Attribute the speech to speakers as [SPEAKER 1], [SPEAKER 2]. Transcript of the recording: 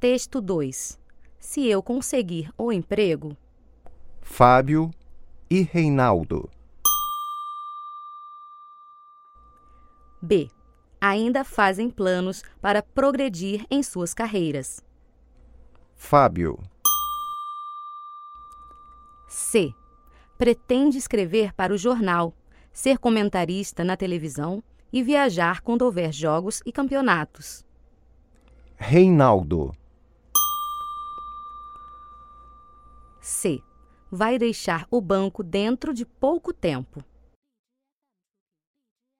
[SPEAKER 1] Texto 2. Se eu conseguir o emprego,
[SPEAKER 2] Fábio e Reinaldo.
[SPEAKER 1] B. Ainda fazem planos para progredir em suas carreiras.
[SPEAKER 2] Fábio,
[SPEAKER 1] C. Pretende escrever para o jornal, ser comentarista na televisão e viajar quando houver jogos e campeonatos.
[SPEAKER 2] Reinaldo,
[SPEAKER 1] C. Vai deixar o banco dentro de pouco tempo.